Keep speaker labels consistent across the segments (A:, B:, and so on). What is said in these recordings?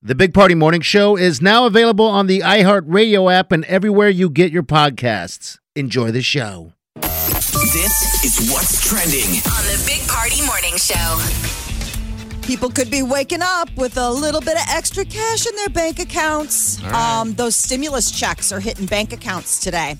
A: The Big Party Morning Show is now available on the iHeartRadio app and everywhere you get your podcasts. Enjoy the show.
B: This is what's trending
C: on the Big Party Morning Show.
D: People could be waking up with a little bit of extra cash in their bank accounts. Um, those stimulus checks are hitting bank accounts today.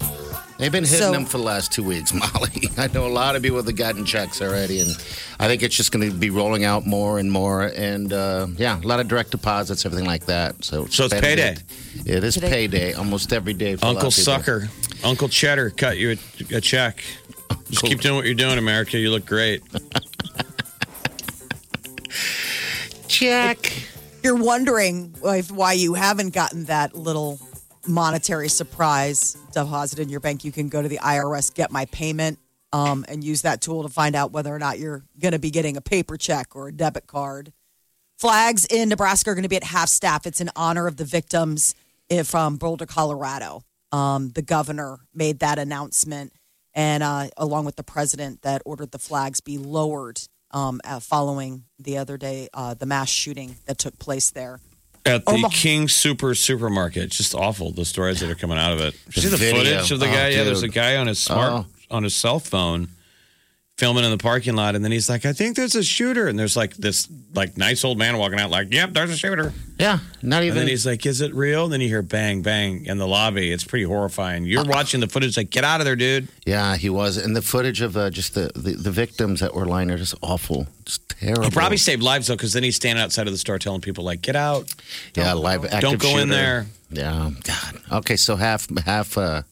A: They've been hitting
D: So-
A: them for the last two weeks, Molly. I know a lot of people that gotten checks already, and I think it's just going to be rolling out more and more. And uh, yeah, a lot of direct deposits, everything like that. So,
E: So it's
A: spend
E: payday.
A: It, it is payday almost every day. For a lot
E: Uncle
A: of people.
E: Sucker, Uncle Cheddar cut you a, a check. Just
A: Cool.
E: keep doing what you're doing, America. You look great.
A: check.
D: You're wondering if, why you haven't gotten that little monetary surprise deposit in your bank. You can go to the IRS, get my payment, um, and use that tool to find out whether or not you're going to be getting a paper check or a debit card. Flags in Nebraska are going to be at half staff. It's in honor of the victims i- from Boulder, Colorado. Um, the governor made that announcement, and uh, along with the president, that ordered the flags be lowered um, uh, following the other day uh, the mass shooting that took place there.
E: At the
D: Omaha.
E: King Super supermarket. It's just awful, the stories that are coming out of it.
A: The
E: See the
A: video.
E: footage of the
A: Oh,
E: guy? Yeah, there's a
A: dude. Oh.
E: guy on his smart on his cell phone filming in the parking lot, and then he's like, I think there's a shooter. And there's like this like nice old man walking out, like, Yep, there's a shooter.
A: Yeah, not
E: And
A: even.
E: then he's like, Is it real? And then you hear bang, bang in the lobby. It's pretty horrifying. You're watching the footage like, get out of there, dude.
A: yeah, he was. And the footage of uh, just the, the, the victims that were lying there just awful. Just terrible.
E: He probably saved lives though, because then he's standing outside of the store telling people like, "Get out!
A: yeah, live active
E: Don't go in
A: shooter.
E: there."
A: Yeah, oh, God. Okay, so half half uh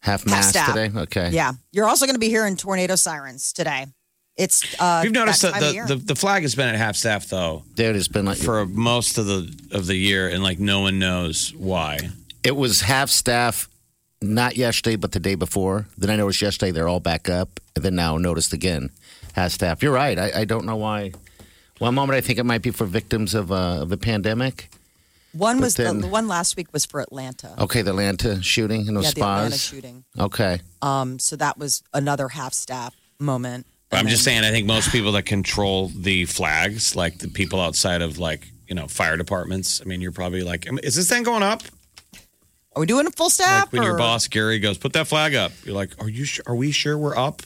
A: half mass
D: staff.
A: today. Okay.
D: Yeah, you're also going to be hearing tornado sirens today. It's uh,
E: You've noticed that,
D: time of year.
E: the, the the flag has been at half staff though
A: Dude, it's been like
E: for most of the of the year, and like no one knows why.
A: it was half staff not yesterday but the day before. Then I noticed yesterday they're all back up. And then now noticed again. Half staff. You're right. I, I don't know why. One moment I think it might be for victims of uh of the pandemic.
D: one
A: but
D: was
A: then-
D: the, the one last week was for Atlanta.
E: Oh,
A: Okay, the Atlanta shooting in those
D: yeah, the Atlanta
A: spas.
D: shooting.
A: Okay.
D: Um, so that was another half staff moment.
E: But I'm just saying, I think most people that control the flags, like the people outside of like you know fire departments. I mean, you're probably like, "Am- "Is this thing going up?"
D: Are we doing a full staff?
E: Like when your
D: or-
E: boss Gary goes, "Put that flag up," you're like, "Are you? Su- are we sure we're up?"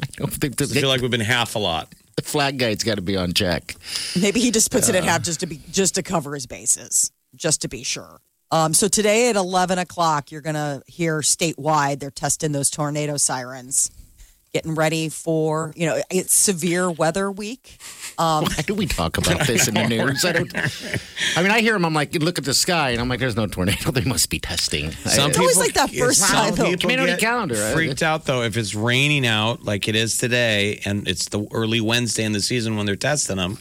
A: I don't think the,
E: I feel like we've been half a lot.
A: the flag guide's gotta be on check.
D: Maybe he just puts it at half just to be just to cover his bases, just to be sure. Um, so today at eleven o'clock, you're gonna hear statewide they're testing those tornado sirens, getting ready for you know it's severe weather week.
A: Why do we talk about this in the news? I don't. I mean, I hear them. I'm like, look at the sky, and I'm like, there's no tornado. They must be testing. I,
E: Some
D: It's always
E: people-
D: like that first
E: some
D: sign, though.
E: people
A: Community
E: get
A: calendar, right?
E: Freaked out though if it's raining out like it is today, and it's the early Wednesday in the season when they're testing them.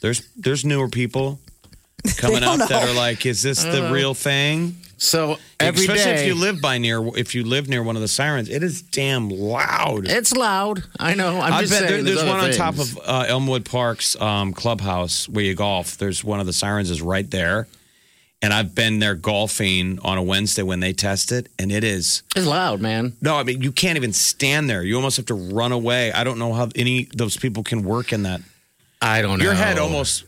E: There's there's newer people coming up
D: don't
E: that
D: know.
E: are like, is this the real thing?
A: so Uh. every day,
E: Especially if you live by near if you live near one of the sirens, it is damn loud.
A: it's loud. I know. I'm
E: I
A: just
E: bet there-
A: saying.
E: there's
A: other
E: one on
A: things.
E: top of uh, Elmwood Park's um, clubhouse where you golf. There's one of the sirens is right there, and I've been there golfing on a Wednesday when they test it, and it is.
A: It's loud, man.
E: No, I mean you can't even stand there. You almost have to run away. I don't know how any of those people can work in that.
A: I don't know.
E: Your head almost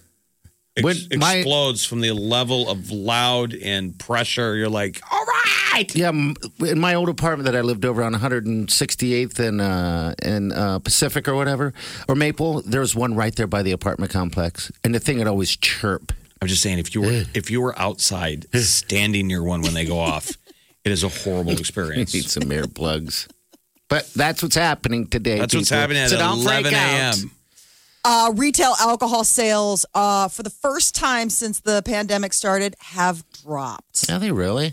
E: ex-
A: When my-
E: explodes from the level of loud and pressure. You're like, all right.
A: Yeah, m- in my old apartment that I lived over on 168th and uh, and uh, Pacific or whatever or Maple, there was one right there by the apartment complex, and the thing would always chirp.
E: I'm just saying, if you were if you were outside standing near one when they go off, it is a horrible experience.
A: Need some earplugs. But that's what's happening today.
E: That's what's
A: people.
E: happening at
A: So don't freak
E: 11
A: out.
E: a.m.
D: Uh, retail alcohol sales, uh, for the first time since the pandemic started, have dropped.
A: Are they really?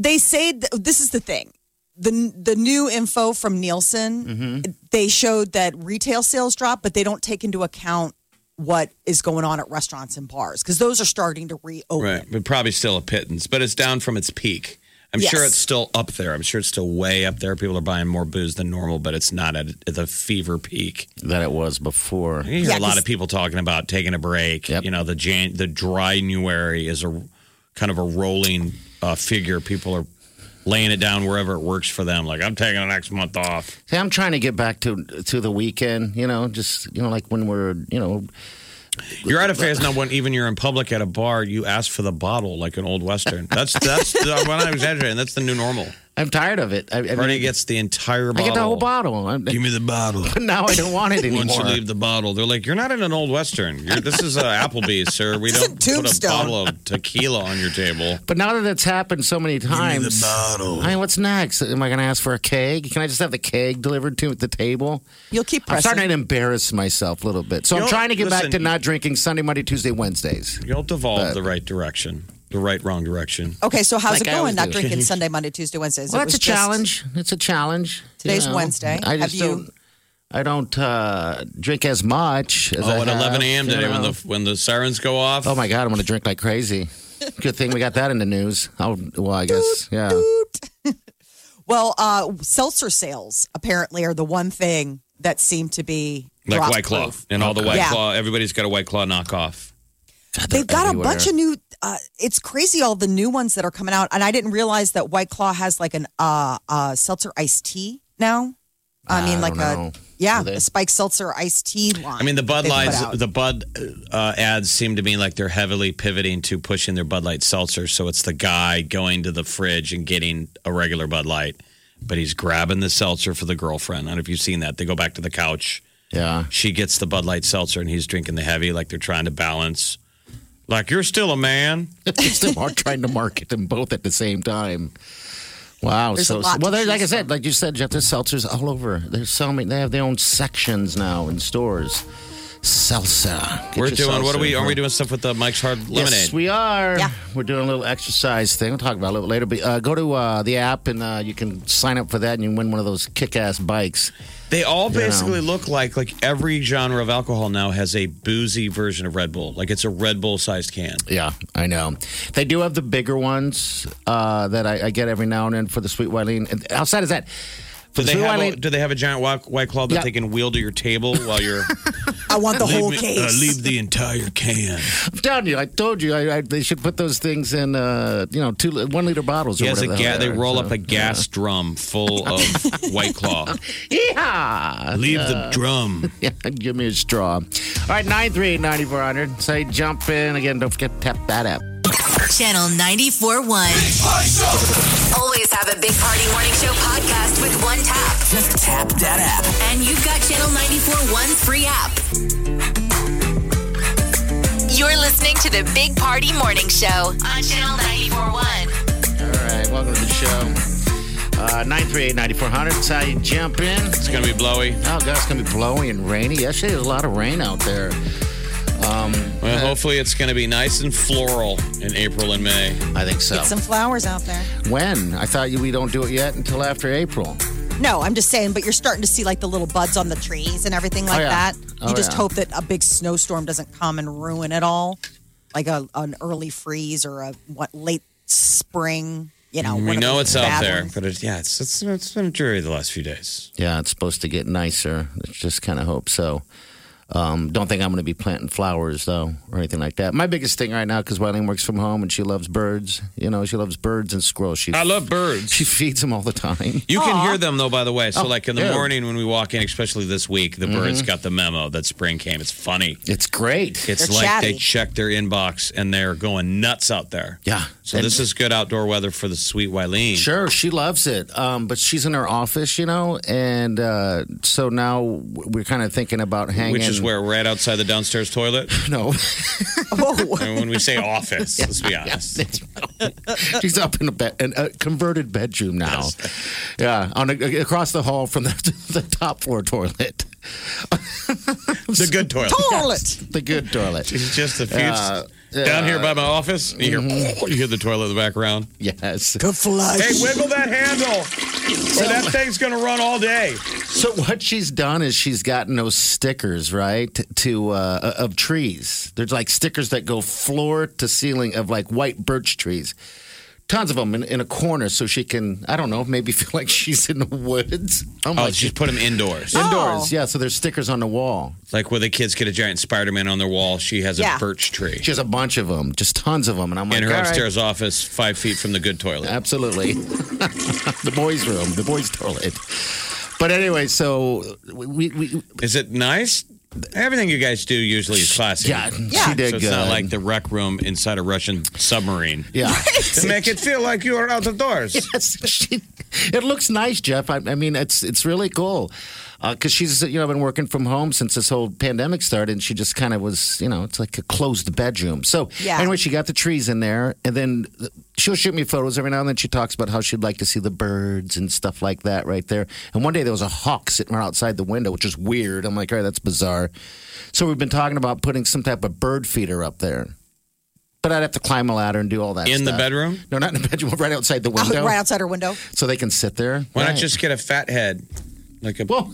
D: They say th- this is the thing. The, the new info
E: Mm-hmm.
D: from Nielsen, they showed that retail sales dropped, but they don't take into account what is going on at restaurants and bars because those are starting to reopen.
E: Right. But probably still a pittance, but it's down from its peak. I'm
D: Yes.
E: sure it's still up there. I'm sure it's still way up there. People are buying more booze than normal, but it's not at the fever peak.
A: that it was before.
E: You hear
D: Yeah,
E: a lot
D: 'cause-
E: of people talking about taking a break.
A: Yep.
E: You know, the Jan- the January is a kind of a rolling uh, figure. People are laying it down wherever it works for them. Like I'm taking the next month off.
A: See, I'm trying to get back to to the weekend. You know, just you know, like when we're you know,
E: You're at a phase now when even you're in public at a bar, you ask for the bottle like an old western. That's that's I'm not exaggerating. That's the new normal.
A: I'm tired of it. I, I mean,
E: Ernie gets the entire
A: I
E: bottle.
A: get the whole bottle. I'm,
E: Give me the bottle.
A: now I don't want it anymore.
E: Once you leave the bottle, they're like, "You're not in an old western. You're, this is a Applebee's, sir. We don't
D: This is
E: put a
D: Tombstone."
E: bottle of tequila on your table."
A: But now that it's happened so many times, I mean, what's next? Am I going to ask for a keg? Can I just have the keg delivered to the table?
D: You'll keep
A: I'm
D: pressing.
A: starting to embarrass myself a little bit. So
E: You
A: I'm
E: know,
A: trying to get back to
E: listen,
A: not drinking Sunday, Monday, Tuesday, Wednesdays.
E: You'll devolve the right direction, the right wrong direction.
D: Okay, so how's
A: Like
D: it
A: I
D: going?
A: always
D: Not
A: do.
D: drinking Sunday, Monday, Tuesday, Wednesdays.
A: Well,
D: It
A: that's a
D: was just-
A: challenge. It's a challenge.
D: Today's Wednesday.
A: I
D: Have
A: just
D: you-
A: don't. I don't uh, drink as much. As
E: Oh,
A: I
E: at
A: have,
E: 11 a.m.
A: you
E: today, when
A: know.
E: the when the sirens go off,
A: oh my god, I'm going to drink like crazy. Good thing we got that in the news. Oh, well, I guess yeah.
D: Well, uh, seltzer sales apparently are the one thing that seem to be
E: like
D: drop
E: White Claw
D: proof.
E: and all the White
D: Yeah.
E: Claw. Everybody's got a White Claw knockoff.
D: They've got
A: everywhere.
D: a bunch of new. Uh, it's crazy all the new ones that are coming out, and I didn't realize that White Claw has like an uh, uh, seltzer iced tea now. I mean,
A: I
D: like
A: don't
D: a
A: know.
D: yeah,
A: Do they?
D: a spike seltzer iced tea line.
E: I mean, the Bud
D: they put
E: Lights,
D: out.
E: the Bud uh, ads seem to me like they're heavily pivoting to pushing their Bud Light seltzer. So it's the guy going to the fridge and getting a regular Bud Light, but he's grabbing the seltzer for the girlfriend. I don't know if you've seen that. They go back to the couch.
A: Yeah.
E: she gets the Bud Light seltzer and he's drinking the heavy, like they're trying to balance. Like you're still a man.
A: It's them are trying to market them both at the same time. Wow.
D: There's a
A: so
D: lot
A: well,
D: to
A: there's like I
D: choose
A: said, like you said, Jeff, there's seltzers all over. There's so many. They have their own sections now in stores. Salsa. Get
E: We're
A: your
E: doing what are
A: salsa.
E: we? Are we doing stuff with the Mike's Hard Lemonade?
A: Yes, we are.
D: Yeah.
A: We're doing a little exercise thing. We'll talk about it a little later. But uh, go to uh, the app and uh, you can sign up for that, and you win one of those kick-ass bikes.
E: they all
A: know.
E: basically look like like every genre of alcohol now has a boozy version of Red Bull. Like it's a Red Bull sized can.
A: Yeah, I know. They do have the bigger ones uh, that I, I get every now and then for the Sweet Wileen. And outside is that, for the
E: Do they,
A: Sweet
E: have
A: Wileen,
E: a, do they have a giant white, white claw that
A: Yeah.
E: they can wheel to your table while you're
D: I want the whole
E: Leave me-
D: case.
E: uh, leave the entire can.
A: I'm telling you, I told you, I, I, they should put those things in, uh, you know, two one liter bottles.
E: He
A: or
E: has a
A: whatever the
E: ga-
A: hell
E: they
A: are,
E: roll
A: so,
E: up a gas drum full of white claw.
A: Yeah.
E: Leave the drum.
A: yeah, give me a straw. All right, nine three eight ninety four hundred. Say jump in again. Don't forget to tap that app.
C: Channel 94.1. Always have a Big Party Morning Show podcast with one tap.
B: Just tap that app.
C: And you've got Channel 94.1's free app. You're listening to the Big Party Morning Show on Channel 94.1.
A: All right, welcome to the show. Uh, nine three eight ninety four hundred. Say jump in.
E: It's gonna be blowy.
A: Oh God, it's gonna be blowy and rainy. Yesterday there was a lot of rain out there.
E: Well, hopefully it's going to be nice and floral in April and May.
A: I think so.
D: Get some flowers out there.
A: when? I thought you, we don't do it yet until after April.
D: No, I'm just saying, but you're starting to see like the little buds on the trees and everything like
A: Oh, yeah.
D: that. You
A: Oh,
D: just
A: yeah.
D: hope that a big snowstorm doesn't come and ruin it all, like a, an early freeze or a what late spring. You know,
E: We
D: one of
E: know
D: those
E: it's out
D: bad
E: there,
D: ones.
E: but it's, yeah, it's, it's it's been dreary the last few days.
A: Yeah, it's supposed to get nicer. Let's just kind of hope so. Um, don't think I'm going to be planting flowers though, or anything like that. My biggest thing right now, because Wileen works from home and she loves birds. You know, she loves birds and squirrels. She
E: I love birds.
A: she feeds them all the time.
E: You can hear them though, by the way.
D: Oh.
E: So, like in the
A: yeah.
E: morning when we walk in, especially this week,
D: Mm-hmm.
E: the birds got the memo that spring came. It's funny.
A: It's great.
E: It's
D: They're
E: like
D: chatty.
E: they check their inbox and they're going nuts out there.
A: yeah.
E: So
A: And
E: this is good outdoor weather for the sweet Wileen.
A: Sure, she loves it. Um, but she's in her office, you know, and uh, so now we're kind of thinking about hanging.
E: Which is where right outside the downstairs toilet.
A: no,
D: Whoa.
E: and when we say office, let's be honest.
A: she's up in a bed, in a converted bedroom now. Yeah, on a, across the hall from the, the top floor toilet,
E: The good toilet.
D: Toilet.
A: the good toilet.
E: It's just a few
A: Uh, mm-hmm.
E: down here by my office. You hear, you hear the toilet in the background.
A: Yes.
D: Good flush.
E: Hey, wiggle that handle.
A: Oh
E: So that thing's going to run all day.
A: So what she's done is she's gotten those stickers, right, to uh, of trees. There's like stickers that go floor to ceiling of like white birch trees. Tons of them in, in a corner, so she can I don't know maybe feel like she's in the woods. I'm
E: Oh,
A: like,
E: just put them indoors.
A: indoors, yeah. So there's stickers on the wall.
E: Like where the kids get a giant Spider Man on their wall, she has
D: Yeah.
E: a birch tree
A: She has a bunch of them, just tons of them, and I'm like,
E: in her
A: all right,
E: upstairs office, five feet from the good toilet.
A: absolutely, the boys' room, the boys' toilet. But anyway, so we, we
E: Is it nice? Everything you guys do usually is classy.
A: yeah,
D: Yeah.
A: she did
E: So it's
A: good.
E: not like the rec room inside a Russian submarine.
A: yeah.
E: To make it feel like you are out of doors.
A: Yes, she, it looks nice, Jeff. I, I mean, it's it's really cool because she's you know been working from home since this whole pandemic started, and she just kind of was you know it's like a closed bedroom. So
D: Yeah.
A: anyway, she got the trees in there, and then she'll shoot me photos every now and then. She talks about how she'd like to see the birds and stuff like that right there. And one day there was a hawk sitting right outside the window, which is weird. I'm like, all right, that's bizarre. So we've been talking about putting some type of bird feeder up there. But I'd have to climb a ladder and do all that
E: In the
A: stuff.
E: bedroom?
A: No, not in the bedroom. Right outside the window
D: Oh, Right outside her window.
A: so they can sit there.
E: Why
A: Right.
E: not just get a fat head, like a
A: Well,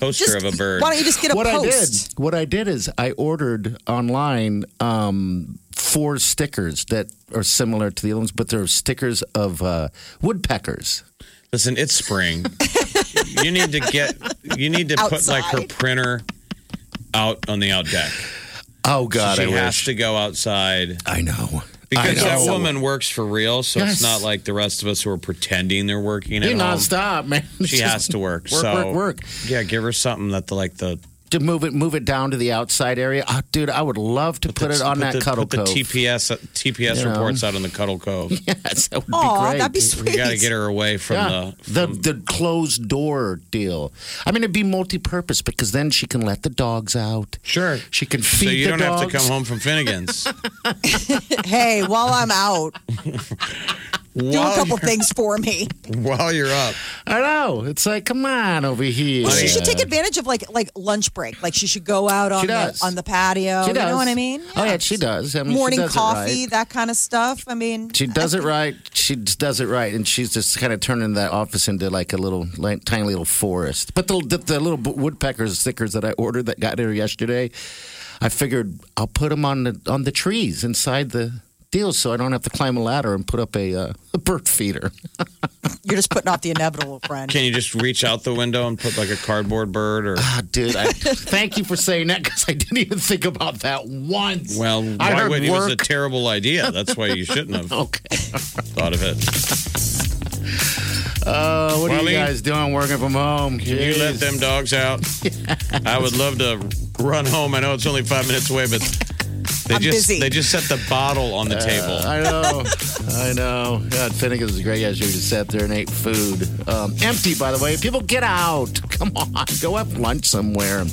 E: poster
D: Just,
E: of a bird?
D: Why don't you just get a
A: what I did,
D: post?
A: what I did is I ordered online um, four stickers that are similar to the other ones, but they're stickers of uh, woodpeckers.
E: Listen, it's spring. you need to get. You need to put like her
D: Outside.
E: printer out on the out deck.
A: Oh God,
E: she
A: I
E: has
A: wish.
E: to go outside
A: I know. I know.
E: because that woman works for real. So
A: Yes.
E: it's not like the rest of us who are pretending they're working at
A: They
E: home.
A: nonstop, man.
E: She has to work.
A: Work,
E: so
A: work, work.
E: Yeah, give her something that the like the
A: to move it, move it down to the outside area. Oh, dude, I would love to put, it on that
E: the,
A: cuddle
E: put the
A: cove.
E: TPS TPS
A: You know.
E: reports out on the Cuddle Cove.
A: yes, that would
D: Aw,
A: be great.
D: that'd be sweet.
E: You got to get her away from
A: Yeah,
E: the.
A: the, the closed door deal. I mean, it'd be multi-purpose because then she can let the dogs out.
E: Sure.
A: She can
E: So
A: feed
E: you
A: the
E: don't
A: dogs.
E: have to come home from Finnegan's.
D: Hey, while I'm out, do a couple things for me.
E: while you're up.
A: I know. It's like, come on over here.
D: She should take advantage of like like lunch break. Like she should go out on the
A: does.
D: on the patio.
A: She
D: you
A: does.
D: know what I mean?
A: Oh yeah, she does. I mean, she
D: Morning
A: does it
D: coffee,
A: right.
D: that kind of stuff. I mean,
A: She does it right. She just does it right, and she's just kind of turning that office into like a little, like, tiny little forest. But the, the the little woodpeckers stickers that I ordered that got here yesterday, I figured I'll put them on the on the trees inside the deal, so I don't have to climb a ladder and put up a, uh, a bird feeder.
D: you're just putting off the inevitable, friend.
E: Can you just reach out the window and put like a cardboard bird or?
A: Ah, dude, I, thank you for saying that because I didn't even think about that once.
E: Well,
A: I
E: why
A: heard
E: would, it was a
A: work.
E: terrible idea. That's why you shouldn't have
A: okay.
E: thought of it.
A: Uh, what are
E: Marlene?
A: you guys doing working from home?
E: Can you let
A: Jeez.
E: them dogs out? I would love to run home. I know it's only five minutes away, but they
D: I'm
E: just
D: busy.
E: they just set the bottle on the table.
A: I know. I know. God, Finnegan's was great yesterday. We just sat there and ate food. Um, empty, by the way. People, get out. Come on. Go have lunch somewhere.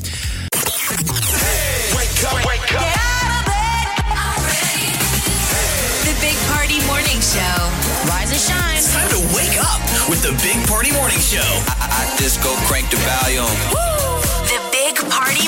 B: Wake up, wake up.
C: The Big Party Morning Show. Rise and shine.
B: Time to wake up with the Big Party Morning Show. I, I just go crank the volume.
C: The Big Party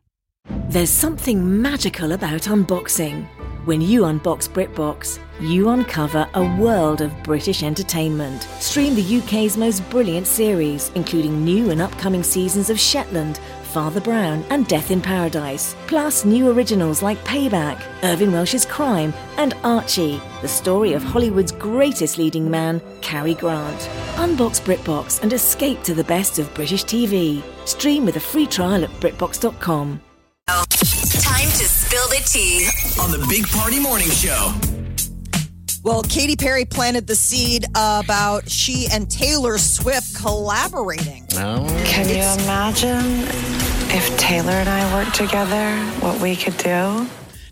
F: There's something magical about unboxing. When you unbox BritBox, you uncover a world of British entertainment. Stream the UK's most brilliant series, including new and upcoming seasons of Shetland, Father Brown, and Death in Paradise. Plus, new originals like Payback, Irving Welsh's Crime, and Archie, the story of Hollywood's greatest leading man, Cary Grant. Unbox BritBox and escape to the best of British TV. Stream with a free trial at BritBox.com.
C: Time to spill the tea.
B: On the Big Party Morning Show.
D: Well, Katy Perry planted the seed about she and Taylor Swift collaborating.
A: No.
G: Can you imagine if Taylor and I worked together, what we could do?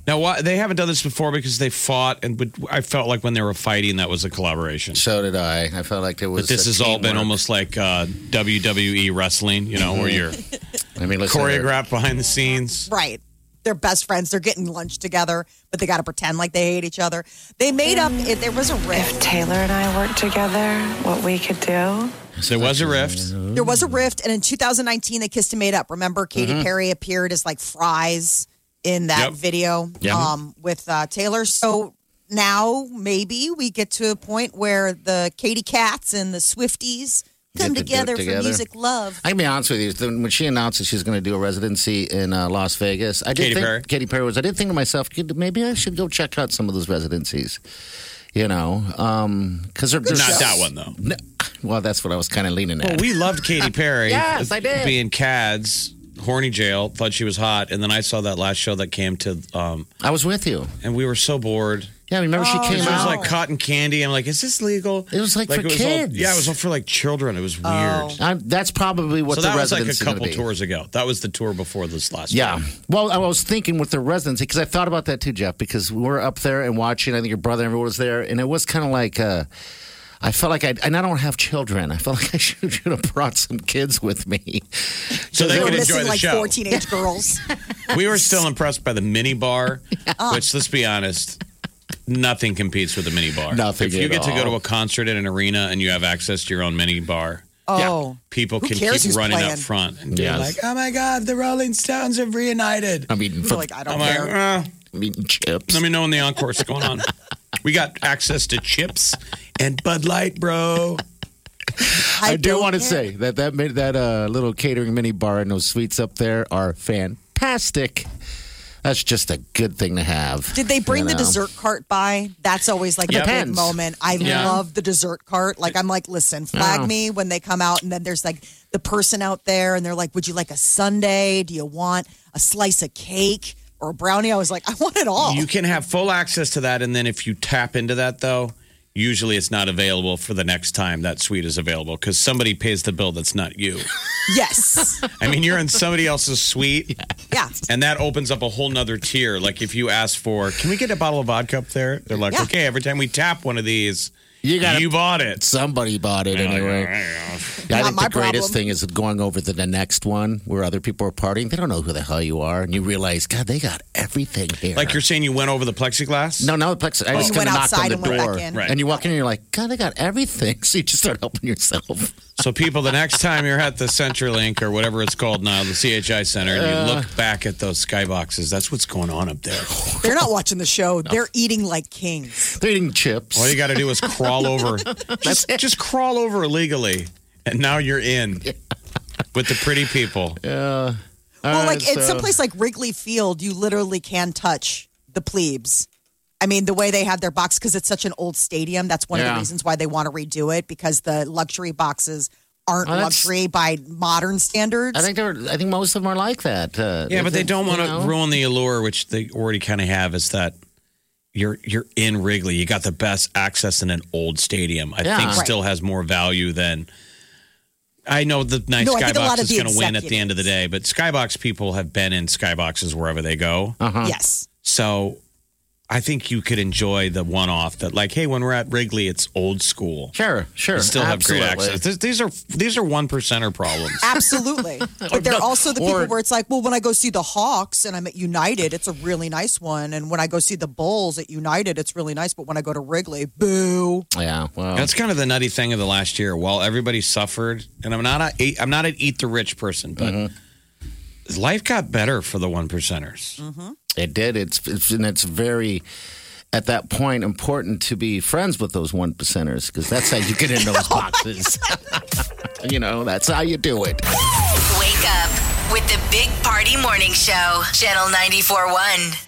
E: Now, why, they haven't done this before because they fought, and but I felt like when they were fighting, that was a collaboration.
A: So did I. I felt like there was.
E: But this
A: a
E: has all been
A: teamwork.
E: almost like uh, WWE wrestling, you know, where you're
A: I mean, listen,
E: choreographed behind the scenes.
D: Right. They're best friends. They're getting lunch together, but they got to pretend like they hate each other. They made up it. There was a rift.
G: Taylor and I worked together, what we could do.
E: There was a rift.
D: There was a rift, and in 2019 they kissed and made up. Remember, Katy Perry appeared as like fries in that
E: Mm-hmm. Yep.
D: video
E: Yeah.
D: um, with uh, Taylor. So now maybe we get to a point where the Katy Cats and the Swifties come
A: Get to do it
D: together,
A: together.
D: for music love.
A: I can be honest with you. Then When she announced that she's going to do a residency in uh, Las Vegas, I did
E: Katy
A: think
E: Perry.
A: Katy Perry was. I did think to myself, "Could- maybe I should go check out some of those residencies. You know, because they're
E: Not that one, though.
A: Well, that's what I was kind of leaning at.
E: Well, we loved Katy Perry.
A: Yes, I did.
E: Being Cads, horny jail, thought she was hot, and then I saw that last show that came to, um,
A: I was with you.
E: and we were so bored.
A: Yeah, remember she
E: It
A: came
E: was
A: out.
E: like cotton candy. I'm like, is this legal?
A: It was like for
E: all-
A: kids.
E: yeah, it was all for like children. It was weird.
A: I, that's probably what
E: so
A: the
E: that was like a
A: residency
E: couple
A: be.
E: tours ago. That was the tour before this last.
A: Yeah.
E: one.
A: Well, I was thinking with the residency because I thought about that too, Jeff. Because we were up there and watching. I think your brother and everyone was there, and it was kind of like uh, I felt like I and I don't have children. I felt like I should, should have brought some kids with me.
E: so they
D: They were
E: could enjoy
D: missing
E: the
D: like
E: show.
D: four teenage girls.
E: We were still impressed by the mini bar, which let's be honest, nothing competes with a mini bar.
A: Nothing
E: If you
A: at
E: get to go
A: all.
E: to a concert in an arena and you have access to your own mini bar,
D: Oh,
E: people
D: Who
E: can
D: cares
E: keep
D: who's
E: running
D: playing?
E: up front and being
A: Yes.
E: like, "Oh my God, the Rolling Stones have reunited."
A: I'm eating,
D: They're
A: fr-
D: like I don't
E: I'm
D: care.
E: like, uh,
A: I'm eating chips.
E: let me know when the encore's going on. We got access to chips and Bud Light, bro.
A: I, do
D: don't
A: want to
D: care.
A: say that that made, that uh, little catering mini bar and those suites up there are fantastic. That's just a good thing to have.
D: Did they bring
A: you
D: the
A: know?
D: dessert cart by? That's always like the big
A: Depends.
D: moment. I
E: Yeah.
D: love the dessert cart. Like I'm like, listen, flag
A: Yeah.
D: me when they come out, and then there's like the person out there, and they're like, would you like a sundae? Do you want a slice of cake or a brownie? I was like, I want it all.
E: You can have full access to that, and then if you tap into that, though, usually it's not available for the next time that suite is available because somebody pays the bill that's not you.
D: yes,
E: I mean, you're in somebody else's suite,
D: yeah.
E: and that opens up a whole nother tier. Like if you ask for, can we get a bottle of vodka up there? They're like,
D: Yeah.
E: okay. Every time we tap one of these,
A: You
E: you,
A: gotta-
E: bought it.
A: Somebody bought it anyway. I
D: Not
A: think
D: my
A: the greatest
D: problem.
A: thing is going over to the next one where other people are partying. They don't know who the hell you are, and you realize, God, they got everything here.
E: Like you're saying, you went over the plexiglass.
A: no, no, Plex. I just
D: you went
A: kinda knocked on
D: outside
A: the
D: and went
A: door,
D: back in.
E: Right.
A: and you walk in, and you're like, God, they got everything. So you just start helping yourself.
E: So, people, the next time you're at the CenturyLink or whatever it's called now, the CHI Center, and you look back at those skyboxes, that's what's going on up there.
D: They're not watching the show. They're eating like kings.
A: They're eating chips.
E: All you got to do is crawl over. Just, just crawl over illegally, and now you're in with the pretty people.
A: Uh,
D: well, like
A: right,
D: it's
A: so-
D: someplace like Wrigley Field, you literally can touch the plebes. I mean, the way they had their box because it's such an old stadium. That's one of
A: Yeah.
D: the reasons why they want to redo it because the luxury boxes aren't
A: Oh, that's-
D: luxury by modern standards.
A: I think they're. I think most of them are like that. Uh,
E: Yeah, but they don't want to
A: you know?
E: ruin the allure, which they already kind of have. Is that you're you're in Wrigley, you got the best access in an old stadium. I
A: Yeah.
E: think
A: Right.
E: still has more value than. I know the nice
D: No, I think a lot of
E: skybox is
D: the
E: going to win at the end of the day, but skybox people have been in skyboxes wherever they go.
A: Oh.
D: yes.
E: So I think you could enjoy the one off that, like, hey, when we're at Wrigley, it's old school.
A: Sure, sure.
E: You still
A: Absolutely.
E: have great access. Th- These are these are one percenter problems.
D: Absolutely. But they're also the people
A: Or-
D: where it's like, well, when I go see the Hawks and I'm at United, it's a really nice one. And when I go see the Bulls at United, it's really nice. But when I go to Wrigley, boo.
A: Yeah. Well,
E: That's kind of the nutty thing of the last year. While everybody suffered, and I'm not a I'm not an eat the rich person, but life got better for the one percenters.
A: It did. It's, it's and it's very at that point important to be friends with those one percenters because that's how you get in those boxes. you know, that's how you do it.
C: Wake up with the Big Party Morning Show, Channel 94.1.